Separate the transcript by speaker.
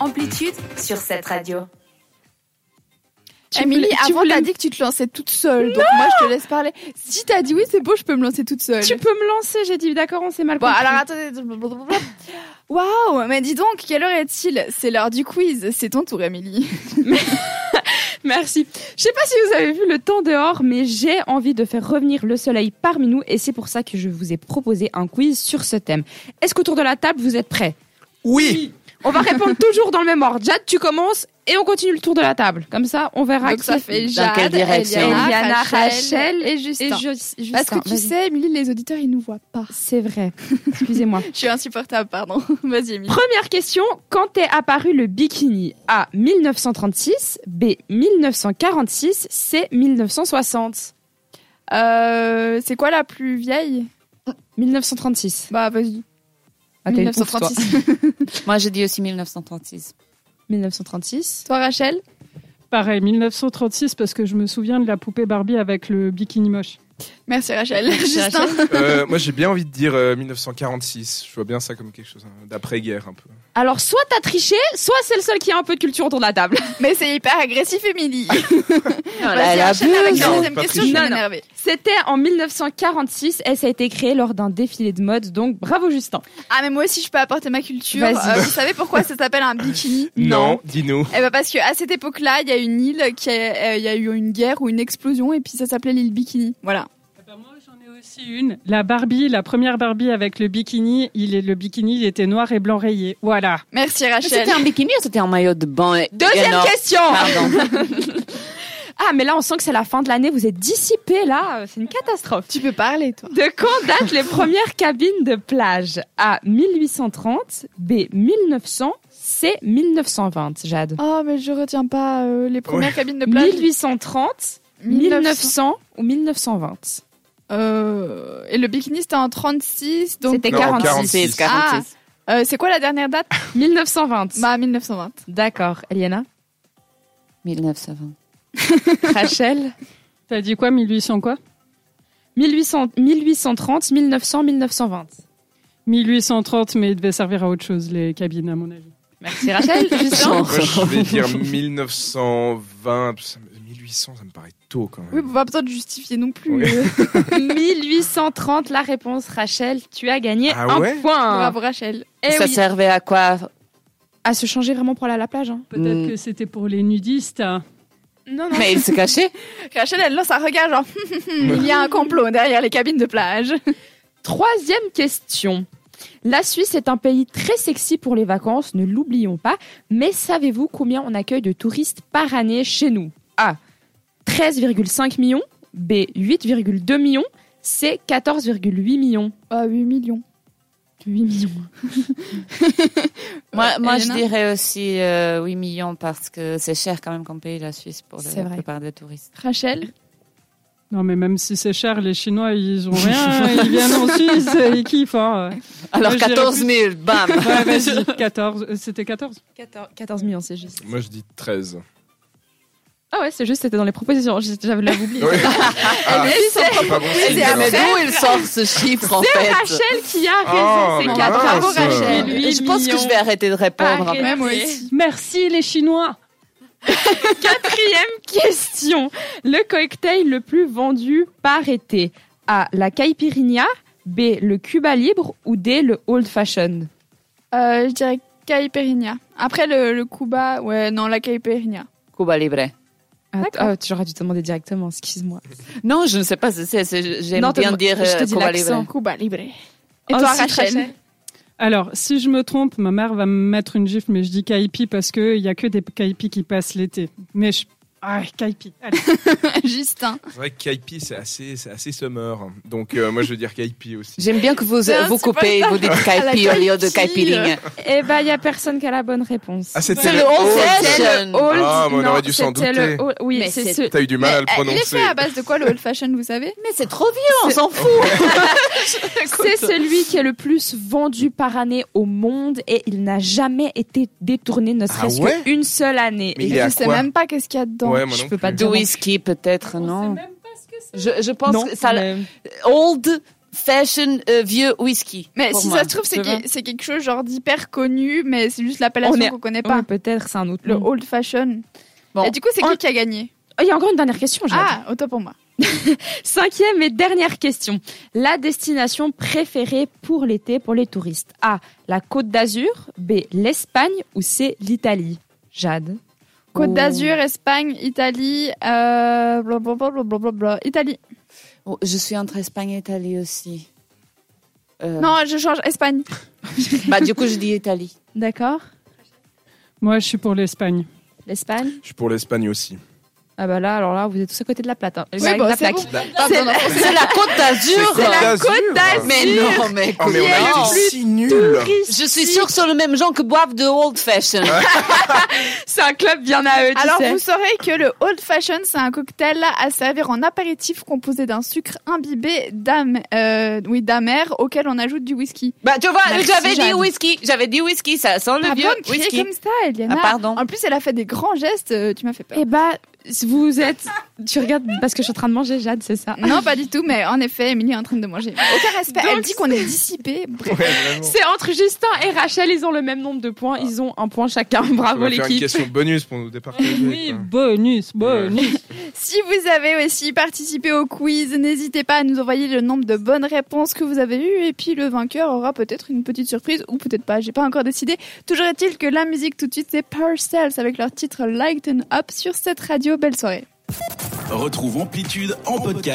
Speaker 1: Amplitude sur cette radio.
Speaker 2: Tu
Speaker 3: Émilie,
Speaker 2: voulais- tu
Speaker 3: avant,
Speaker 2: voulais-
Speaker 3: t'as dit que tu te lançais toute seule. Donc, moi, je te laisse parler. Si t'as dit oui, c'est beau, je peux me lancer toute seule.
Speaker 2: Tu peux me lancer, j'ai dit d'accord, on s'est mal
Speaker 3: Bon,
Speaker 2: compris.
Speaker 3: alors attendez. Waouh, mais dis donc, quelle heure est-il C'est l'heure du quiz. C'est ton tour, Émilie.
Speaker 2: Merci. Je sais pas si vous avez vu le temps dehors, mais j'ai envie de faire revenir le soleil parmi nous et c'est pour ça que je vous ai proposé un quiz sur ce thème. Est-ce qu'autour de la table, vous êtes prêts
Speaker 4: Oui
Speaker 2: On va répondre toujours dans le même ordre. Jade, tu commences et on continue le tour de la table. Comme ça, on verra
Speaker 3: Donc,
Speaker 2: qui
Speaker 3: ça fait
Speaker 4: Dans quelle
Speaker 3: Jade,
Speaker 4: direction
Speaker 3: Eliana,
Speaker 2: Eliana,
Speaker 3: Rachel,
Speaker 2: Rachel
Speaker 3: et
Speaker 2: et
Speaker 3: Justin.
Speaker 2: je, Justin.
Speaker 3: Parce que tu
Speaker 2: Vas-y.
Speaker 3: sais, Émilie, les auditeurs, ils nous voient pas.
Speaker 2: C'est vrai. Excusez-moi.
Speaker 3: Je suis insupportable, pardon. Vas-y, Émilie.
Speaker 2: Première question, quand est apparu le bikini A 1936, B 1946, C 1960.
Speaker 3: Euh, c'est quoi la plus vieille
Speaker 2: 1936.
Speaker 3: Bah, vas-y.
Speaker 2: Ah, t'es ouf, toi.
Speaker 4: Moi, j'ai dit aussi 1936.
Speaker 2: 1936.
Speaker 3: Toi, Rachel
Speaker 5: Pareil, 1936, parce que je me souviens de la poupée Barbie avec le bikini moche.
Speaker 3: Merci, Rachel. Justin
Speaker 6: Euh, moi, j'ai bien envie de dire euh, 1946. Je vois bien ça comme quelque chose hein, d'après-guerre un peu.
Speaker 2: Alors, soit t'as triché, soit c'est le seul qui a un peu de culture autour de la table.
Speaker 3: Mais c'est hyper agressif, Émilie.
Speaker 4: Oh là,
Speaker 3: Vas-y,
Speaker 4: elle
Speaker 3: enchaîne avec la
Speaker 6: abuse.
Speaker 3: deuxième
Speaker 6: Non,
Speaker 3: question,
Speaker 2: Patricia.
Speaker 3: je vais
Speaker 2: Non, non.
Speaker 3: m'énerver.
Speaker 2: C'était en 1946 et ça a été créé lors d'un défilé de mode, donc bravo Justin.
Speaker 3: Ah, mais moi aussi, je peux apporter ma culture.
Speaker 2: Vas-y.
Speaker 3: Euh, vous savez pourquoi ça s'appelle un bikini
Speaker 6: Non, dis-nous.
Speaker 3: Eh ben parce que à cette époque-là, il y a une île qui a, euh, il y a eu une guerre ou une explosion et puis ça s'appelait l'île Bikini. Voilà.
Speaker 5: Eh ben, moi, j'en ai aussi une. La Barbie, la première Barbie avec le bikini, il est, le bikini il était noir et blanc rayé. Voilà.
Speaker 3: Merci Rachel.
Speaker 4: C'était en bikini ou c'était en maillot de bain et-
Speaker 2: Deuxième
Speaker 4: énorme
Speaker 2: question
Speaker 4: Pardon.
Speaker 2: Ah, mais là on sent que c'est la fin de l'année, vous êtes dissipés là, euh, c'est une catastrophe.
Speaker 3: Tu peux parler toi.
Speaker 2: De quand datent les premières cabines de plage A 1830, B 1900, C 1920, Jade.
Speaker 3: Oh mais je retiens pas euh, les premières cabines de plage.
Speaker 2: 1830,
Speaker 3: 1900.
Speaker 2: 1900 ou 1920.
Speaker 3: Euh, et le bikini c'était en 36 donc
Speaker 2: C'était
Speaker 6: Non,
Speaker 2: 46.
Speaker 6: 46.
Speaker 4: 46.
Speaker 3: euh, c'est quoi la dernière date
Speaker 2: 1920.
Speaker 3: Bah 1920.
Speaker 2: D'accord, Eliana.
Speaker 4: 1920.
Speaker 2: Rachel.
Speaker 5: T'as dit quoi, 1800 quoi
Speaker 2: 1800, 1830, 1900, 1920.
Speaker 5: 1830, mais il devait servir à autre chose, les cabines, à mon avis.
Speaker 2: Merci Rachel. Justin.
Speaker 4: Genre.
Speaker 6: Moi, je vais dire 1920. Ça me- 1800, ça me paraît tôt quand
Speaker 3: Oui,
Speaker 6: même.
Speaker 3: on va pas besoin de justifier non plus.
Speaker 6: Ouais.
Speaker 3: euh.
Speaker 2: 1830, la réponse Rachel. Tu as gagné
Speaker 6: Ah
Speaker 2: un
Speaker 6: ouais
Speaker 2: point.
Speaker 3: Bravo Rachel.
Speaker 2: Eh
Speaker 4: ça
Speaker 2: oui.
Speaker 4: servait à quoi
Speaker 2: À se changer vraiment pour aller à la plage. hein.
Speaker 5: Peut-être
Speaker 4: Mm.
Speaker 5: que c'était pour les nudistes.
Speaker 3: Non non.
Speaker 4: Mais il se cachait.
Speaker 3: Rachel elle lance un regard genre Hum, hum, hum, il y a un complot derrière les cabines de plage.
Speaker 2: Troisième question. La Suisse est un pays très sexy pour les vacances, ne l'oublions pas. Mais savez-vous combien on accueille de touristes par année chez nous A. 13,5 millions. B. 8,2 millions. C. 14,8 millions.
Speaker 3: Ah 8 millions.
Speaker 2: 8 millions.
Speaker 4: Moi, moi je
Speaker 3: Euh, Elena
Speaker 4: dirais aussi euh, 8 millions parce que c'est cher quand même comme pays, la Suisse, pour la
Speaker 2: C'est vrai.
Speaker 4: plupart des touristes.
Speaker 3: Rachel
Speaker 5: Non, mais même si c'est cher, les Chinois, ils ont rien. ils viennent en Suisse, et ils kiffent. hein.
Speaker 4: Alors
Speaker 5: Moi, je dirais
Speaker 4: 14 000, bam
Speaker 5: Ouais, vas-y, 14. euh, C'était 14
Speaker 4: Oh,
Speaker 2: 14, 14 millions, c'est juste.
Speaker 6: Moi, je dis 13.
Speaker 2: Ah ouais, c'est juste, c'était dans les propositions. J'ai- J'avais l'avais oublié.
Speaker 6: Ouais. Ah,
Speaker 3: Elle est
Speaker 6: c'est pas bon signe,
Speaker 3: à
Speaker 6: alors.
Speaker 4: Mais d'où il sort ce chiffre en fait
Speaker 2: Rachel qui a
Speaker 6: Oh,
Speaker 2: raison, c'est
Speaker 6: mince.
Speaker 2: 4
Speaker 3: Bravo, Rachel.
Speaker 4: Et Je pense que je vais arrêter de répondre.
Speaker 2: Arrête.
Speaker 3: Même
Speaker 2: Merci.
Speaker 3: oui.
Speaker 5: Merci, les Chinois
Speaker 2: Quatrième question. Le cocktail le plus vendu par été A. La caipirinha. B. Le Cuba libre. Ou D. Le old fashioned.
Speaker 3: Euh, je dirais Caipirinha. Après le, le Cuba, ouais, non, la Caipirinha.
Speaker 4: Cuba Libre.
Speaker 2: Att- Ah, tu aurais dû te demander directement, excuse-moi.
Speaker 4: Non, je ne sais pas ce que c'est. c'est- J'aime
Speaker 2: Non, t'as-
Speaker 4: bien dire
Speaker 2: je te
Speaker 4: euh,
Speaker 2: dis
Speaker 4: Cuba
Speaker 2: l'accent.
Speaker 4: Libre.
Speaker 3: Cuba Libre. Et
Speaker 2: Oh,
Speaker 3: toi,
Speaker 2: si,
Speaker 3: Rachel
Speaker 2: Rachel.
Speaker 5: Alors, si je me trompe, ma mère va me mettre une gifle, mais je dis Kaipi parce qu'il n'y a que des Kaipi qui passent l'été. Mais je. Ah, Kaipi. Allez.
Speaker 2: hein.
Speaker 3: Justin.
Speaker 6: C'est vrai que Kaipi, c'est assez, c'est assez summer. Donc, euh, moi, je veux dire Kaipi aussi.
Speaker 4: J'aime bien que vous
Speaker 3: C'est
Speaker 4: vous coupez,
Speaker 3: insupportable.
Speaker 4: vous dites
Speaker 3: la
Speaker 4: Kaipi au lieu de
Speaker 3: Kaipi.
Speaker 4: Kaipiring.
Speaker 2: Eh ben, il n'y a personne qui a la bonne réponse.
Speaker 6: Ah, c'était
Speaker 4: C'est le Oh,
Speaker 2: C'était
Speaker 4: 11
Speaker 2: le old-
Speaker 6: Ah, mais on
Speaker 2: non,
Speaker 6: aurait dû s'en
Speaker 2: c'était le
Speaker 6: douter.
Speaker 2: old- Oui,
Speaker 4: Mais
Speaker 2: c'est
Speaker 4: c'est-
Speaker 2: ce.
Speaker 6: T'as eu du mal à le
Speaker 3: Mais, euh, Il est
Speaker 6: prononcer.
Speaker 3: fait à base de quoi le old fashion, vous savez
Speaker 4: Mais c'est trop vieux, on s'en fout.
Speaker 2: C'est celui qui est le plus vendu par année au monde et il n'a jamais été détourné, ne serait-ce
Speaker 6: ouais
Speaker 2: qu'une seule année.
Speaker 6: Mais
Speaker 2: Et
Speaker 6: il est à
Speaker 3: Je sais
Speaker 6: quoi
Speaker 3: même pas qu'est-ce qu'il y a dedans.
Speaker 6: Ouais, moi
Speaker 2: je
Speaker 6: non
Speaker 2: peux pas
Speaker 6: plus.
Speaker 2: te
Speaker 4: Du
Speaker 2: dire.
Speaker 4: whisky peut-être, non
Speaker 5: même pas ce que c'est.
Speaker 4: je, je pense
Speaker 5: Non,
Speaker 4: que ça.
Speaker 5: mais-
Speaker 4: Old fashion euh, vieux whisky.
Speaker 3: Mais
Speaker 4: pour
Speaker 3: si
Speaker 4: moi.
Speaker 3: ça se trouve, c'est
Speaker 4: Tu vois
Speaker 3: que- c'est quelque chose genre d'hyper connu, mais c'est juste
Speaker 2: On
Speaker 3: l'appellation
Speaker 2: est-
Speaker 3: qu'on connaît pas.
Speaker 2: Ouais, peut-être c'est un autre
Speaker 3: Le
Speaker 2: nom.
Speaker 3: old fashion.
Speaker 2: Bon.
Speaker 3: Et du coup, c'est
Speaker 2: On-
Speaker 3: qui qui a gagné
Speaker 2: Oh, Il y a encore une dernière question. j'ai
Speaker 3: Ah, autant pour moi.
Speaker 2: Cinquième et dernière question. La destination préférée pour l'été pour les touristes A. La Côte d'Azur. B. L'Espagne. Ou C. L'Italie Jade.
Speaker 3: Côte
Speaker 2: Oh.
Speaker 3: d'Azur, Espagne, Italie, euh, blablabla, blablabla, Italie.
Speaker 4: Oh, Je suis entre Espagne et Italie aussi. Euh,
Speaker 3: Non, je change Espagne.
Speaker 4: Bah, du coup, je dis Italie.
Speaker 2: D'accord.
Speaker 5: Moi, je suis pour l'Espagne.
Speaker 2: L'Espagne.
Speaker 6: Je suis pour l'Espagne aussi.
Speaker 2: Ah bah là, alors là, vous êtes tous à côté de la plate. hein.
Speaker 3: Oui,
Speaker 2: Avec
Speaker 3: bon,
Speaker 2: la
Speaker 3: bah, c'est
Speaker 2: plaque.
Speaker 3: bon.
Speaker 4: Pardon, C'est la Côte d'Azur.
Speaker 6: C'est la Côte d'Azur.
Speaker 4: Mais non, mais,
Speaker 6: Oh, mais on
Speaker 3: Pierre,
Speaker 6: a
Speaker 4: non.
Speaker 6: été si nuls.
Speaker 4: Je suis sûre que ce sont les mêmes gens que boivent de old fashion.
Speaker 2: C'est un club bien à eux, tu
Speaker 3: Alors,
Speaker 2: sais.
Speaker 3: vous saurez que le old fashion, c'est un cocktail à servir en apéritif composé d'un sucre imbibé d'am- euh, oui, d'amer auquel on ajoute du whisky.
Speaker 4: Bah, tu vois,
Speaker 3: Merci,
Speaker 4: j'avais dit
Speaker 3: Jeanne.
Speaker 4: whisky. J'avais dit whisky, ça sent le
Speaker 3: T'as
Speaker 4: vieux
Speaker 3: besoin de crier
Speaker 4: whisky.
Speaker 3: Ah, comme ça, Eliana.
Speaker 4: Ah, pardon.
Speaker 3: En plus, elle a fait des grands gestes, euh, tu m'as fait peur.
Speaker 2: Eh bah, vous êtes... Tu regardes parce que je suis en train de manger, Jade, c'est ça.
Speaker 3: Non, pas du tout, mais en effet, Émilie est en train de manger. Aucun respect,
Speaker 2: Donc,
Speaker 3: elle dit qu'on est dissipé.
Speaker 6: Ouais, vraiment.
Speaker 2: C'est entre Justin et Rachel, ils ont le même nombre de points. Ils ont un point chacun.
Speaker 6: On
Speaker 2: Bravo
Speaker 6: va faire une
Speaker 2: Ah, l'équipe.
Speaker 6: question bonus pour nous départager.
Speaker 5: Oui,
Speaker 6: quoi.
Speaker 5: bonus, bonus.
Speaker 3: Si vous avez aussi participé au quiz, n'hésitez pas à nous envoyer le nombre de bonnes réponses que vous avez eues et puis le vainqueur aura peut-être une petite surprise ou peut-être pas, j'ai pas encore décidé. Toujours est-il que la musique tout de suite c'est Parcells avec leur titre Lighten Up sur cette radio. Belle soirée.
Speaker 7: Retrouve Amplitude en podcast